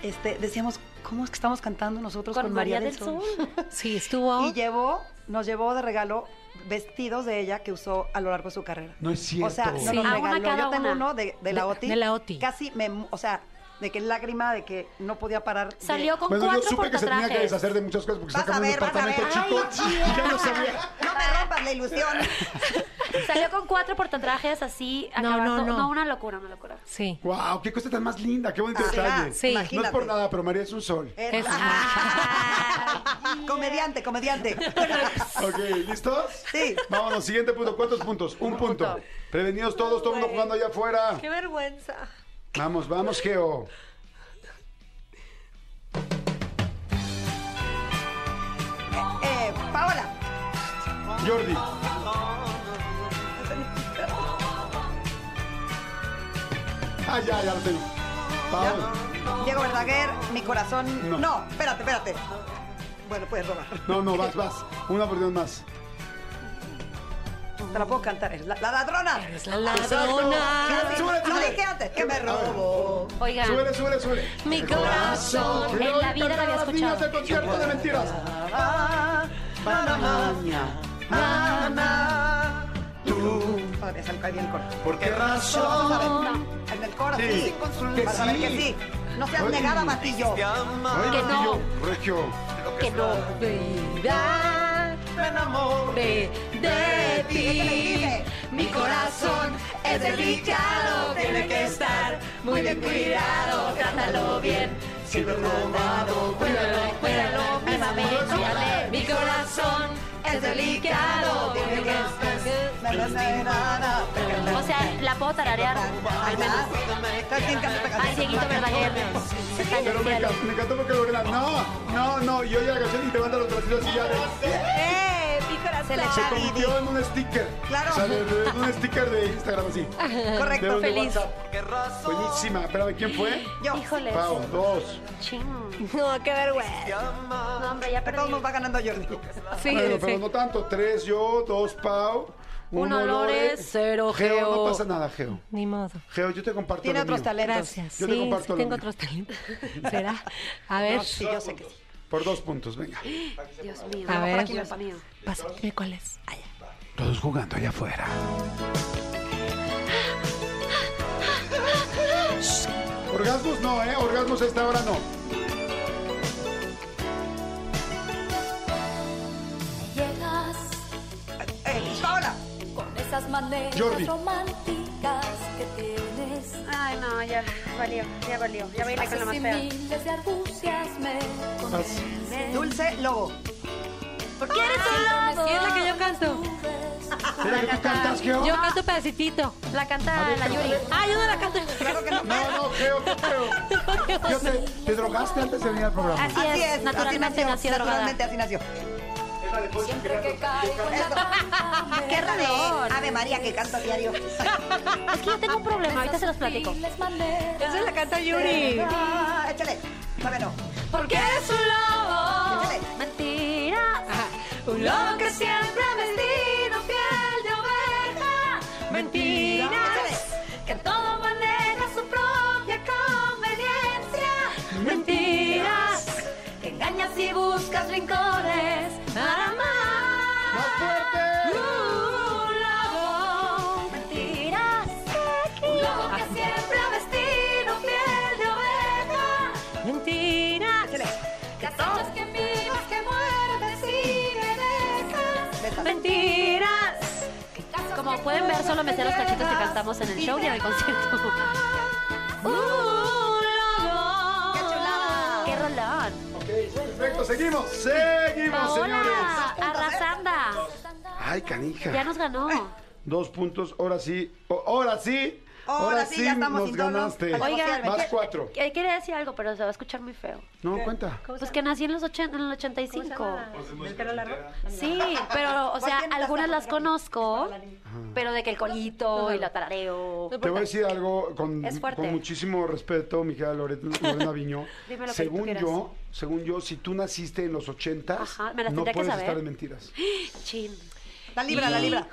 E: este, decíamos, ¿cómo es que estamos cantando nosotros con, María, del Sol? *laughs*
F: Sí, estuvo.
E: Y llevó, nos llevó de regalo vestidos de ella que usó a lo largo de su carrera.
B: No es cierto.
E: O sea, nos
F: Sí.
E: los
F: A
D: una
E: regaló.
D: cada
E: Yo
D: una.
E: tengo uno de, de
F: De-
E: la OTI.
F: de la OTI.
E: Casi me, mu- o sea, de que lágrima, de que no podía parar. de-
D: Salió con
B: Bueno, yo
D: cuatro
B: supe que se tenía que
D: portatrajes.
B: deshacer de muchas cosas porque
E: Vas
B: está
E: a
B: en un
E: ver, vas a ver.
B: departamento chico.
E: Ay,
B: *laughs* ya no sabía.
E: No me rompas la
B: *laughs*
E: ilusión.
D: Salió con cuatro portatrajes así.
F: No,
D: acabando-
F: no, no.
D: una locura, una locura.
F: Sí.
B: Wow, qué cosa tan más linda, qué bonito
E: Ah,
B: detalle.
F: sí.
B: No es
E: Imagínate.
B: por nada, pero María es un sol.
E: Es-
F: Eso.
E: *laughs* comediante, comediante.
B: Ok, ¿listos?
E: Sí.
B: Vámonos, siguiente punto. ¿Cuántos puntos? Un punto. Prevenidos todos, todo el mundo jugando allá afuera.
F: vergüenza.
B: Vamos, vamos, Geo.
E: Eh, Paola.
B: Jordi. Ah, ya, ya lo tengo. Pablo.
E: Diego Verdaguer, mi corazón.
B: No.
E: No. espérate, espérate. Bueno, pues, puedes robar.
B: No, no, vas, vas. Una oportunidad más.
E: Te la puedo cantar. es La, la ladrona. Ah,
F: Eres la
B: Exacto.
F: ladrona.
B: Súbele,
E: Lo
B: súbele.
E: dije antes, que me
B: A ver.
E: robo.
D: Oigan,
B: Súbele, súbele, súbele.
F: Mi corazón.
D: En la vida la había
B: Las niñas del
D: escuchado.
B: concierto de mentiras.
E: Ah, Panamá, Panamá, tú. Padre, salgo ahí bien corto.
B: ¿Por qué razón?
E: No. En el coro,
B: Sí,
E: sí.
B: que
E: Para saber
B: sí.
E: que sí. No seas
B: Oye.
E: negada, Matillo.
B: Ay,
D: Que no.
B: Matillo, Regio.
D: Que no.
F: Vida, me enamoré de ti. Mi corazón es delicado, tiene que estar muy bien cuidado, trátalo bien. Siempre robado, cuídalo, cuídalo, mi mami, cuídale. Mi corazón es delicado, tiene que estar.
E: Na, na, na, na, na.
D: O sea, la puedo tararear. Al menos.
E: Cada quien canta esta
D: Ay,
E: canción.
D: Dieguito Verdaguer. Está en el
B: Pero me
D: cielo.
B: encantó, me encantó porque lo gran- No, no, no. Y oye la canción y te manda los bracitos y ya de-
E: ¡Eh, mi
D: Se le
E: corazón!
B: Se convirtió en un sticker.
E: Claro.
B: O sea, de- de- en un sticker de Instagram así. De-
E: Correcto,
B: de
E: feliz.
B: WhatsApp. Buenísima. Espérame, ¿quién fue?
E: Yo.
D: Híjole.
B: Pau, dos.
D: Ching.
F: No, qué vergüenza.
D: No, hombre, ya
E: De
D: perdí.
E: todos nos va ganando Jordi.
F: Sí,
B: Bueno, pero no tanto. Tres yo, dos Pau,
F: Un
B: uno
F: Lore, cero
B: Geo. No
F: Geo.
B: pasa nada, Geo.
F: Ni modo.
B: Geo, yo te comparto
E: Tiene
B: lo
E: otros
B: mío.
E: talentos.
F: Gracias.
B: Yo te
F: sí,
B: comparto
F: sí
B: lo
F: tengo
B: mío. *laughs*
F: otros talentos. ¿Será? A ver,
E: No, sí, yo sé que sí.
B: Por dos puntos, venga.
D: Dios mío.
F: A ver.
D: Dios mío.
F: pásame cuál es. Ay,
B: Todos jugando allá afuera. Orgasmos no, ¿eh? Orgasmos a esta hora no.
H: Llegas
E: ¡Eh, Paola!
H: con esas maneras
B: Jordi.
H: románticas que tienes.
D: Ay, no, ya valió, ya valió. Ya bailé con la
H: Haces
D: más
H: y
D: fea.
H: miles de argucias me
B: Vas.
E: Dulce Lobo.
H: ¿Por qué eres
F: un lobo? Sí, es la que yo canto.
B: ¿Será que tú cantas, Geo?
F: Yo canto pedacitito.
D: La canta la Yuri.
F: Ah, yo no la canto.
E: Claro que no.
B: No, no, Geo, qué feo. Yo te, te drogaste antes de venir al programa.
D: Así
E: Así
D: es,
E: es,
D: naturalmente
E: así
D: nació
E: nació.
D: drogada.
E: Naturalmente así nació.
H: Siempre que caigo en la
E: Eso.
H: trampa,
F: *laughs*
H: me
E: ¿Qué es la de
H: dolor.
E: Ave María que canta diario?
D: Es que yo tengo un problema, ahorita se los platico.
H: Miles maneras
F: Esa la canta Yuri.
E: Ah, *laughs* Échale. Sabe no.
H: Porque eres un lobo.
E: Échale.
D: Mentira.
F: Un
H: Lo que siempre ha vestido piel de oveja. Mentiras. Que todo maneja su propia conveniencia. Mentiras. Que engañas y buscas rincones para amar.
B: ¡Más
H: Un
B: fuerte!
H: lobo. Mentiras. Un lobo que siempre ha vestido piel de oveja.
F: Mentira.
H: Que todos que vivas, que muerdes y me dejas.
F: Mentiras.
D: Como pueden ver, solo me sé los cachitos que cantamos en el show y en el concierto.
H: Un lobo.
E: ¡Qué chulada!
D: ¡Qué rolón!
B: Ok, perfecto, seguimos. Seguimos, señores.
D: ¡Paola! ¡Arrasanda!
B: Ay, canija.
D: Ya nos ganó.
B: Dos puntos, ahora sí, o- ahora sí,
E: Ahora sí, ya estamos
B: nos
E: sin tono.
B: ganaste.
E: Oigan,
D: Oigan,
B: más
D: que-
B: cuatro.
D: que- Eh, quería decir algo, pero se va a escuchar muy feo.
B: No, cuenta.
D: Pues que nací en los ochen- en el 85.
G: ¿Del pelo largo?
D: Sí, pero, o sea,
E: ¿Cuál tiene las
D: algunas las
E: zapatas?
D: conozco, pero de que el collito y la tarareo.
B: Te voy a decir algo con,
D: Es fuerte.
B: con muchísimo respeto, mi querida Loret- Lorena Viñó.
D: *laughs* Dime lo que tú
B: según
D: quieras.
B: yo, según yo, si tú naciste en los ochentas,
D: Ajá, me las
B: no
D: tendría que
B: puedes
D: saber.
B: estar en mentiras.
D: Chin.
E: La libra, la libra.
D: No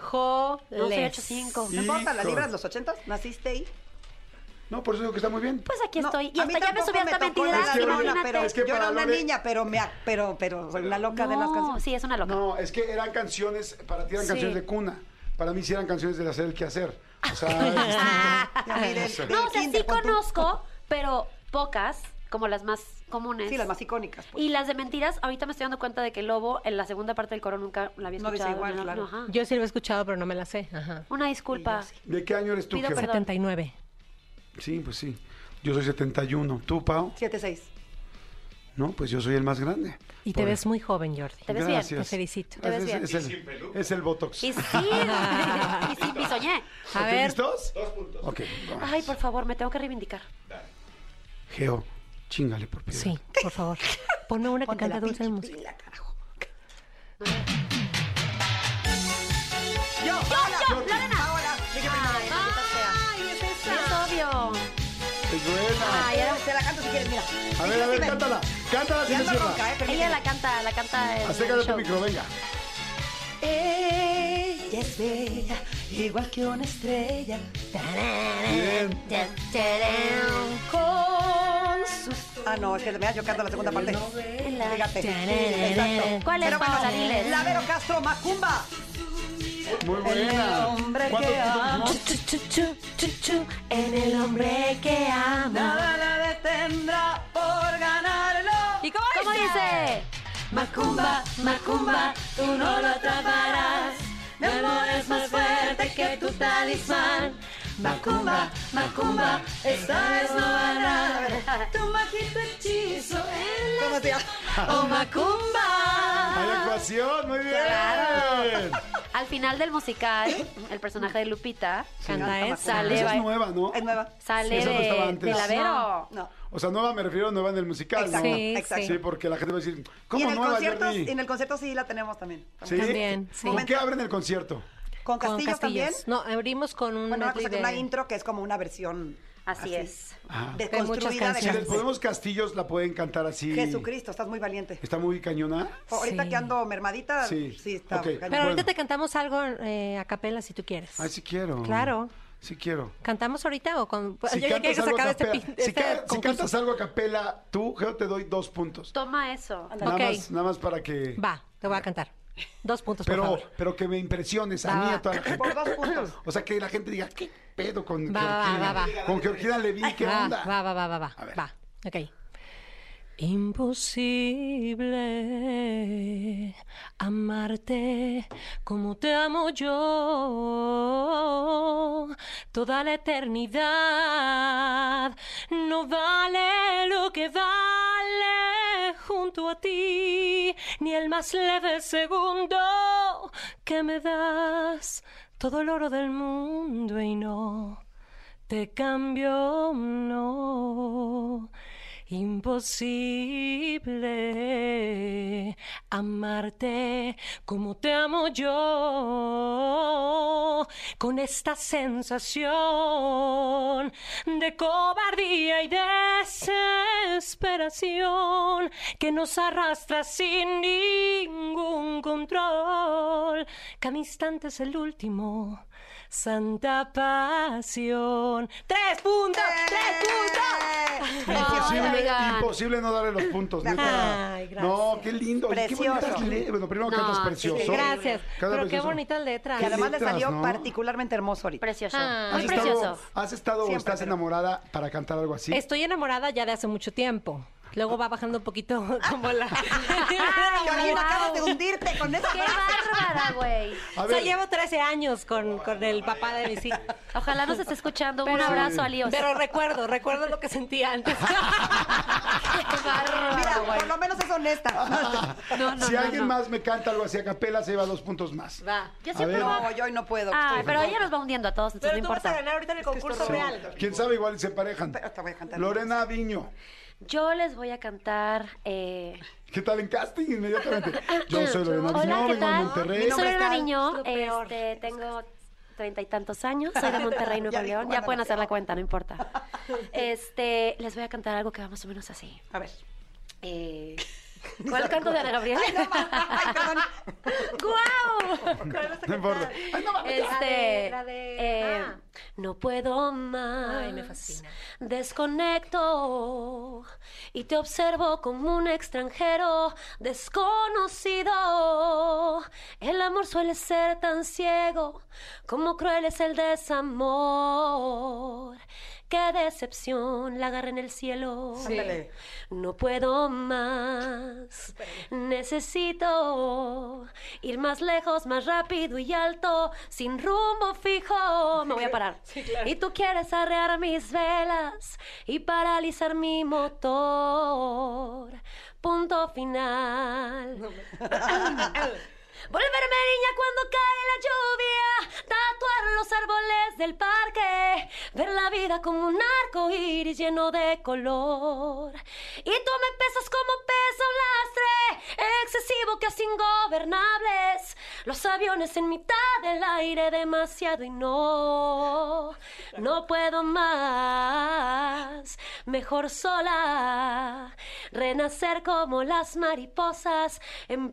D: soy
F: Híjoles.
D: 85.
E: No importa, la
B: Hijo.
E: libra es los ochentas. Naciste ahí.
B: No, por eso digo que está muy bien.
D: Pues aquí
E: No,
D: estoy. Y
E: a
D: hasta
E: mí
D: ya me
E: tampoco
D: subí hasta
E: tocó la
D: mentiras.
B: Es que
E: corona,
B: Lorena,
E: pero
B: es que
E: yo era
B: para
E: una
B: Lore-
E: niña, pero me ac- pero pero soy una loca de las
D: No,
E: canciones.
D: sí, es una loca.
B: No, es que eran canciones, para ti eran
D: Sí.
B: canciones de cuna. Para mí sí eran canciones de hacer el quehacer. O
D: *laughs*
B: sea, este, es distinto. *laughs*
E: Y a mí *laughs* del- del
D: No, o sea, sí
E: kinder, pon tú.
D: conozco, pero pocas, como las más comunes.
E: Sí, las más icónicas. pues.
D: Y las de mentiras, ahorita me estoy dando cuenta de que Lobo en la segunda parte del coro nunca la había
E: No dice
D: escuchado.
E: igual,
D: no,
E: claro.
D: no, ajá.
F: Yo sí lo he escuchado, pero no me la sé. Ajá.
D: Una disculpa.
B: ¿de qué año eres tú,
D: Pido
B: Geo?
D: perdón.
F: 79.
B: Sí, pues sí. Yo soy 71. ¿Tú, Pau?
E: 7-6.
B: No, pues yo soy el más grande.
F: Y te
B: Por-
F: ves muy joven, Jordi.
D: Te ves bien.
B: Gracias. Ah,
F: Te felicito.
D: Te ves bien.
B: Es, es
G: Y sin
B: el,
G: peluca.
B: es el Botox.
D: Y sí, *laughs*
B: *laughs*
D: y sí, bisoñé.
F: A
B: Ok,
F: ver,
B: ¿Listos?
G: Dos puntos.
B: Ok. vamos.
D: Ay, por favor, me tengo que reivindicar.
G: Dale.
B: Geo, chingale por piedad.
F: sí, por favor. Ponme una que
E: Ponte
F: canta
E: la
F: dulce de
E: pinky
F: música.
E: pila, carajo. Yo, yo,
D: Lorena. Ah.
E: Ahora, dije primero.
D: Ay, es obvio.
E: quieres, mira.
B: A ver, a ver, cántala. Cántala si
E: Ya
B: te
E: anda
B: cierra.
E: ronca, ¿eh?
D: Ella
E: Permíteme.
D: la canta, la canta en el
B: Acércate tu
D: show.
B: micro, venga.
E: Ella es bella, igual que una estrella.
B: Bien.
D: Tan, tarán, Con sus
E: Ah, no, es que mira, yo canto la segunda parte.
D: velas.
E: Fíjate.
D: Exacto. ¿Cuál es,
E: Pero
D: Paola? Diles.
E: bueno, Lavero Castro, Macumba.
B: Muy
E: El
B: buena.
E: hombre
B: ¿Cuántos
E: que
B: puntos
E: ama.
B: dijimos?
D: Chu, chu, chu, chu, En el hombre que ama.
E: Nada la detendrá por ganarlo.
D: ¿Y cómo, dice?
E: Macumba, Macumba, tú no lo atraparás. Mi amor es más fuerte que tu talismán. Macumba, Macumba, esta vez no ganarás. Tu mágico hechizo en la... *laughs* Oh, Macumba.
B: Hay actuación, muy bien.
D: Claro. Al final del musical, el personaje de Lupita
F: Canta ¿eh?
D: canta,
F: esa.
D: sale,
B: Esa
D: ba-
B: es nueva, ¿no?
E: Es nueva.
D: sale
B: Esa no estaba
D: de,
B: antes.
D: de Lavero.
E: No.
B: O sea, nueva me refiero a nueva en el musical,
E: Exacto,
B: ¿no?
F: Sí,
E: exacto.
B: Sí, porque la gente va a decir,
E: y
B: ¿cómo
E: en el,
B: nueva,
E: concierto,
B: Jordi?
E: en el concierto sí la tenemos también.
B: ¿Sí?
F: También, sí.
B: ¿Con qué abren el concierto?
E: Con
F: Con
E: Castillo también.
F: Castillos. No, abrimos con un
E: Bueno, una,
F: medley
E: cosa que
F: de-
E: una intro que es como una versión.
D: Así es.
B: Ajá.
F: De muchas
E: Desconstruida de,
B: Si les
F: canciones.
E: Jesús-
B: ponemos castillos, la pueden cantar así.
E: Jesucristo, estás muy valiente.
B: ¿Está muy cañona?
E: Ahorita
F: Sí.
E: que ando mermadita,
B: Sí.
E: sí, está.
B: Ok.
E: cañón.
F: Pero ahorita
B: Bueno.
F: te cantamos algo eh, a capela si tú quieres.
B: Ay, sí quiero.
F: Claro.
B: Sí quiero.
F: ¿Cantamos ahorita o con.?
B: Si
F: ya que
B: cantas,
F: se
B: algo a
F: acabe este,
B: capela-
F: pin-
B: si
F: este
B: ca- si
F: concurso.
B: cantas algo a capela, tú, yo te doy dos puntos.
D: Toma eso.
B: Nada,
F: Ok.
B: más, nada más para que...
F: Va, te voy a cantar. Dos puntos, por
B: Pero,
F: favor.
B: pero que me impresiones a
F: Va,
B: mí y
F: va.
B: a toda la gente.
F: *laughs*
E: Por dos puntos.
B: O sea, que la gente diga, ¿qué pedo con
F: Va, va,
B: Georgina?
F: va, va.
B: Con Georgina Levin, ¿qué
F: va,
B: onda?
F: Ah, Va, va, va, va, va.
B: A ver.
F: Va, ok. Imposible amarte como te amo yo. Toda la eternidad no vale lo que vale junto a ti, ni el más leve segundo que me das. Todo el oro del mundo y no te cambio, no. Imposible amarte como te amo yo, con esta sensación de cobardía y desesperación que nos arrastra sin ningún control. Cada instante es el último. Santa Pasión. ¡Tres puntos!
D: ¡Eh!
F: ¡Tres puntos!
D: Ay,
B: Imposible,
D: oigan.
B: imposible no darle los puntos. neta.
F: Ay, gracias.
B: No, qué lindo. Oye, Qué
E: Precioso.
B: bonitas le- Bueno, primero
D: No,
B: cantas
D: sí,
B: precioso.
D: sí,
F: Gracias.
B: Cantas
F: Pero qué
B: precioso.
F: bonitas letras.
E: Que además le
B: letras,
E: salió
B: ¿no?
E: particularmente hermoso ahorita.
D: Precioso.
F: Ah.
D: Muy
B: ¿Has
D: precioso.
B: estado, ¿Has estado o
E: Siempre,
B: estás
E: pero-
B: enamorada para cantar algo así?
F: Estoy enamorada ya de hace mucho tiempo. Luego va bajando un poquito *laughs* como
D: *laughs*
F: la...
E: Georgina,
F: Wow.
E: acabas de hundirte con esa
D: ¡Qué
E: frase.
D: bárbara, güey!
B: A
F: O sea,
B: ver.
F: llevo 13 años con, con el papá de mis hijos.
D: Ojalá nos esté escuchando. Un
F: Pero-
D: abrazo a Líos. *laughs*
F: Pero recuerdo, recuerdo lo que sentía antes.
E: ah, Mira, por lo menos es
B: Ah,
E: honesta.
D: No, no,
B: si
D: no,
B: alguien
D: no.
B: más me canta algo así a capela, se lleva dos puntos más.
F: Va.
D: Yo
B: A
D: siempre
B: ver.
D: voy-
E: No, yo hoy no puedo.
D: Ay,
E: estoy-
D: Ah, pero ella nos va hundiendo a todos, entonces
F: Pero
D: no
F: tú vas a
D: importa.
F: ganar ahorita en el concurso
E: estoy
F: real.
B: Quién sabe, igual y se parejan.
E: Pero te voy a cantar.
B: Lorena Viño.
D: Yo les voy a cantar. eh,
B: ¿Qué tal en casting? Inmediatamente. Yo soy Lorena
D: Hola,
B: Viño,
D: ¿qué
B: vengo de
D: tal?
B: Monterrey.
D: Soy Lorena
E: Tal.
D: Niño,
F: Lo peor.
D: este, tengo treinta y tantos años, soy de Monterrey, Nuevo
E: Ya dijo
D: León. Ya
E: Ana
D: pueden
E: Lucía.
D: hacer la cuenta, no importa. Este, les voy a cantar algo que va más o menos así.
E: A ver. *laughs*
D: Eh, ¿Cuál canto de Ana Gabriela?
E: Ay, no, ma- ay, perdón.
D: *laughs* ¡Guau!
B: No importa.
F: *laughs*
D: Este,
F: La de- la de-
D: eh,
F: ah.
D: no puedo más.
F: Ay, me fascina.
D: Desconecto y te observo como un extranjero desconocido. El amor suele ser tan ciego como cruel es el desamor. Qué decepción, la agarra en el cielo.
E: Ándale.
D: No puedo más. Necesito ir más lejos, más rápido y alto, sin rumbo fijo. Me voy a parar. Y tú quieres arrear mis velas y paralizar mi motor. Punto final. *laughs* Volverme niña cuando cae la lluvia, tatuar los árboles del parque, ver la vida como un arco iris lleno de color. Y tú me pesas como pesa un lastre, excesivo
I: bocas ingobernables, los aviones en mitad del aire demasiado y no, no puedo más, mejor sola, renacer como las mariposas en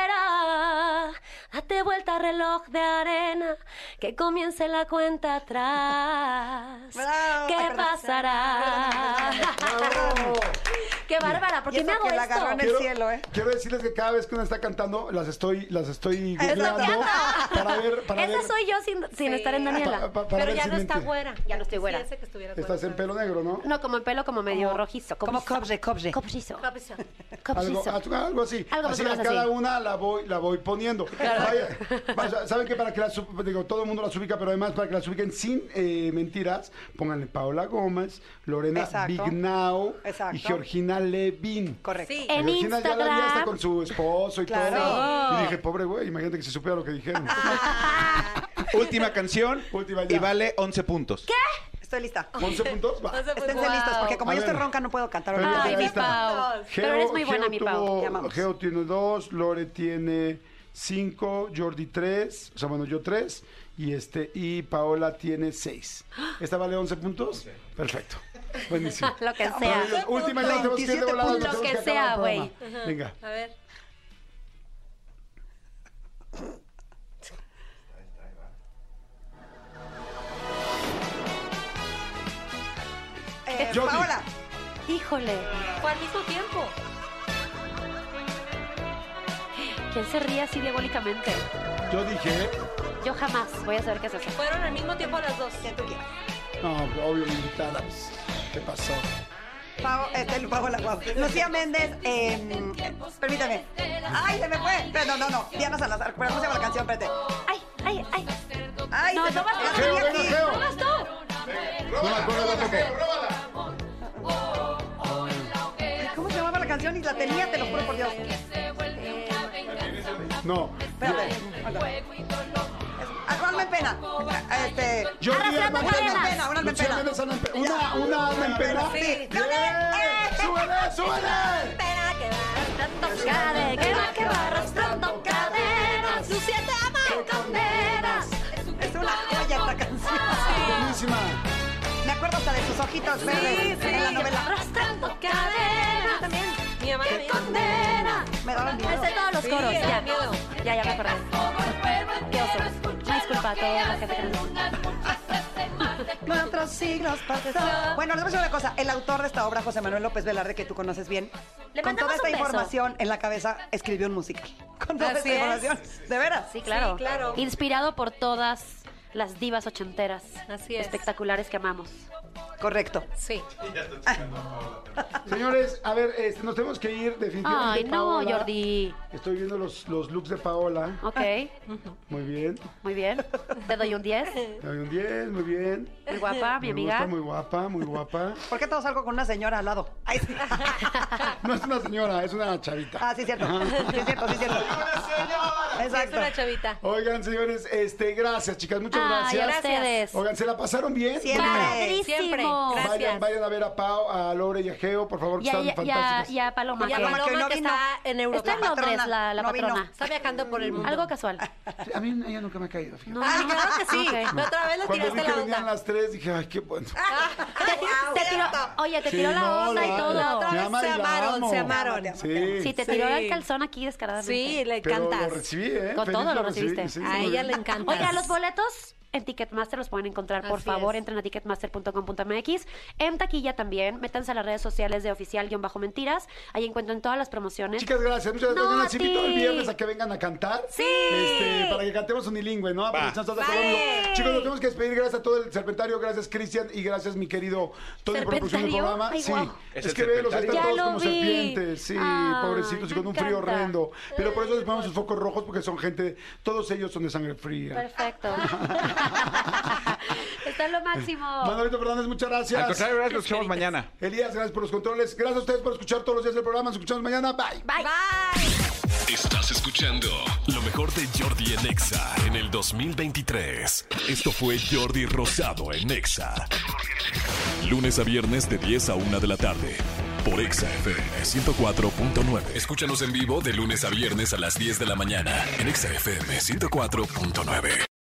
I: primavera, date vuelta reloj de arena, que comience la cuenta atrás,
E: Bravo. Ay,
I: ¿qué
E: perdón.
I: pasará? *laughs* ¡Qué bárbara! ¿Por
E: Y
I: qué
E: eso
I: me hago
E: que la agarró en
I: esto?
E: el- cielo, ¿eh?
B: quiero decirles que cada vez que una está cantando, las estoy, las estoy
E: me
B: googleando para ver, para
I: Esa
B: ver.
I: soy yo sin, sin
F: Sí.
I: estar en
B: Pa-
I: Daniela.
B: Ah, pa- para
F: Pero
B: ver
F: ya
B: si
F: no está
B: mentí.
F: güera.
D: Ya no estoy güera.
F: Sí, ese que estuviera
B: Estás
F: güera.
B: en pelo negro, ¿no?
D: No, como el pelo como medio
E: Como-
D: rojizo.
E: como
D: cobrizo.
E: cobre, cobre.
D: Cobrizo.
F: Cobrizo.
B: Algo,
D: Cobrizo.
B: algo- algo así.
D: Algo más
B: así
D: o menos
B: a cada
D: así.
B: una la voy, la voy poniendo. Vaya, vaya, Saben que para que las sub- digo, todo el mundo las ubica, pero además para que las ubiquen sin eh, mentiras, pónganle Paola Gómez, Lorena
E: Exacto.
B: Bignao
E: Exacto.
B: y Georgina Levin.
E: Correcto.
F: Sí.
I: Eh.
D: En
B: Georgina ya la vi hasta
D: Instagram.
B: con su esposo y
E: Claro.
B: todo. Y dije, pobre güey, imagínate que se supiera lo que
D: *laughs*
B: dijeron.
C: Última canción
B: Última ya.
C: y vale 11 puntos.
E: Estoy lista.
B: 11 puntos. Va.
E: Esténse listos, porque como
B: A
E: yo estoy
B: ver.
E: ronca no puedo cantar.
B: Pero ya,
D: Pues, Ay,
B: ahí
D: mi
B: está.
D: Pau. Ah, Pero eres muy buena, mi Pau.
B: tuvo-
E: Te amamos.
B: Geo tiene dos, Lore tiene cinco, Jordi tres, o sea, bueno, yo tres, y este, y Paola tiene seis.
D: *gasps*
B: ¿Esta vale 11 puntos? Perfecto. Buenísimo.
D: *laughs* *laughs* Lo que
B: Pero,
D: sea.
B: oye, Última ya tenemos que ir de
E: 27
B: volada,
E: puntos.
B: nos
D: Lo
B: tenemos
D: que
B: acabar el
D: sea,
B: programa. Venga.
F: A ver.
E: Eh,
B: Jordi.
E: Paola.
D: Híjole.
F: Fue al mismo tiempo.
D: ¿Quién se ríe así diabólicamente?
B: Yo dije,
D: Yo jamás voy a saber qué es eso.
F: Fueron al mismo tiempo las dos.
E: Quien tú quieras.
B: no, obvio, invitada. pues, ¿Qué pasó?
E: Pao- este, Paola, guau. Lucía Méndez, eh, permítame. Ay, se me fue. Espera, no, no, no. Diana Salazar. Pero ¿cómo se llama la canción? Espérate.
D: ¡Ay, ay, ay!
E: Ay,
D: No,
E: se
D: no
E: me-
D: basta.
E: la
B: Geo,
E: tenía
B: venga,
E: aquí.
B: Geo.
D: ¿Cómo vas tú?
B: No me acuerdo tampoco.
E: Ay, ¿Cómo se llamaba la canción? Y la tenía, te lo juro por Dios.
B: No.
E: Espérate. Alma en pena. Eh, Este.
B: Jordi era más
D: Arrastrando
E: Una alma en
D: cadenas.
E: pena, una alma en
B: Lucía
E: pena.
B: Méndez, alma en pe- Una, una alma en pena.
E: Sí.
B: ¡Bien! ¡Súbele, súbele!
I: Espera que va arrastrando
D: Cadena,
I: cadenas, que va, que va arrastrando cadenas. Lucía te ama con condenas.
E: Es una joya esta canción.
B: Buenísima.
E: Me acuerdo hasta de sus ojitos verdes en la novela.
I: Arrastrando cadenas.
F: También. Mi mamá
I: Que
F: también.
I: condena.
E: Me daban miedo.
D: Hace todos los
F: Sí,
D: coros.
F: da
D: Ya,
F: miedo.
D: ya, ya me acordé. Qué oso. Una disculpa a toda la gente que nos
E: Nuestros siglos pasados. Bueno, les voy a decir una cosa. El autor de esta obra, José Manuel López Velarde, que tú conoces bien,
D: Le
E: con toda
D: mandamos
E: esta
D: un beso.
E: información en la cabeza, escribió un musical. *laughs* Con toda
F: Así
E: esta
F: es.
E: información. De veras.
D: Sí, claro.
F: Sí, claro.
D: Inspirado por todas las divas ochenteras.
F: Así es.
D: Espectaculares que amamos.
E: Correcto.
F: Sí.
B: Señores, a ver, este, nos tenemos que ir definitivamente.
D: Ay, no,
B: Paola.
D: Jordi.
B: Estoy viendo los, los looks de Paola.
D: Ok,
B: Muy bien.
D: muy bien. Te doy un
F: *laughs*
D: 10.
B: Te doy un 10, muy bien.
D: Muy
B: *laughs*
D: guapa, mi
B: Me gusta,
D: amiga.
B: muy guapa, muy guapa.
E: ¿Por qué todo salgo con una señora al lado? Ay, sí. *laughs*
B: No es una señora, es una chavita.
E: Ah, sí, es cierto. Sí, es cierto, sí, es cierto.
F: Es una
E: Exacto.
F: chavita.
B: Oigan, señores, este, gracias, chicas, muchas
D: Ay, a
B: gracias.
D: ustedes.
B: Oigan, ¿se la pasaron bien?
E: Siempre.
D: Padrísimo.
F: Siempre.
B: Vayan,
F: Gracias.
B: vayan a ver a Pau, a Lore y a Geo, por favor, que
D: Y a,
B: están
D: y a- y a-
B: fantásticas.
D: y a Paloma.
F: Y a
D: que
E: Paloma,
F: Paloma
E: no
F: que
E: vino.
F: está en Europa.
D: Está en
E: la
D: Londres
E: patrona,
D: la, la
E: no vino.
D: patrona.
F: Está viajando por el mundo.
D: Algo casual.
B: Sí, A mí ella nunca me ha caído, fíjate.
D: No,
F: Ay,
D: no,
F: claro que sí.
D: Ok.
F: La otra vez le
B: Cuando vi
F: tiraste
B: que
F: la
B: venían
F: *laughs* onda. Ah,
B: las tres, dije, ay, qué bueno.
D: Te- te tiró- oye, te
B: Sí,
D: tiró
B: no,
D: la onda y
B: la-
F: La
D: todo.
F: otra
B: Me
F: vez
B: ama y
F: se
B: la
F: amaron,
B: amo.
F: se amaron.
B: Sí,
D: Sí, te
F: Sí.
D: tiró el calzón aquí descaradamente.
F: Sí, le
B: pero lo
F: encantas.
B: recibí, ¿eh?
D: Con todo lo
B: recibí,
D: recibiste.
B: sí,
F: A
B: muy
F: ella
B: bien.
F: le encanta.
D: Oiga, los boletos en Ticketmaster los pueden encontrar, por
F: Así
D: favor,
F: es.
D: entren a ticketmaster.com.mx, en taquilla también, métanse a las redes sociales de oficial-mentiras, ahí encuentran todas las promociones.
B: Chicas, gracias. Muchas gracias.
D: No,
B: Mañana
D: a
B: Las invito
D: ti.
B: el viernes a que vengan a cantar.
F: Sí.
B: Este, para que cantemos unilingüe, ¿no? Aprovechando que estás de
F: Vale.
B: acuerdo. Chicos, nos tenemos que despedir. Gracias a todo el serpentario. Gracias, Cristian. Y gracias, mi querido Tony, por la producción del
D: ¿Serpentario?
B: programa.
D: Ay,
B: sí.
D: guau.
B: Es,
C: Es el
B: que ve, los están todos
C: serpentario.
D: Ya lo
B: como
D: vi.
B: serpientes. Sí,
D: Ay,
B: pobrecitos. Y
D: me
B: con un frío
D: encanta.
B: horrendo. Pero por eso les ponemos sus focos rojos porque son gente. Todos ellos son de sangre fría.
D: Perfecto. *laughs* Está lo máximo.
B: Manolito Fernández, muchas gracias.
C: Al contrario, gracias, nos escuchamos mañana.
B: Elías, gracias por los controles. Gracias a ustedes por escuchar todos los días el programa. Nos escuchamos mañana. Bye.
A: Estás escuchando lo mejor de Jordi en Exa en el 2023. Esto fue Jordi Rosado en Exa. Lunes a viernes de 10 a 1 de la tarde. por Exa FM 104.9. Escúchanos en vivo de lunes a viernes a las 10 de la mañana en Exa FM 104.9.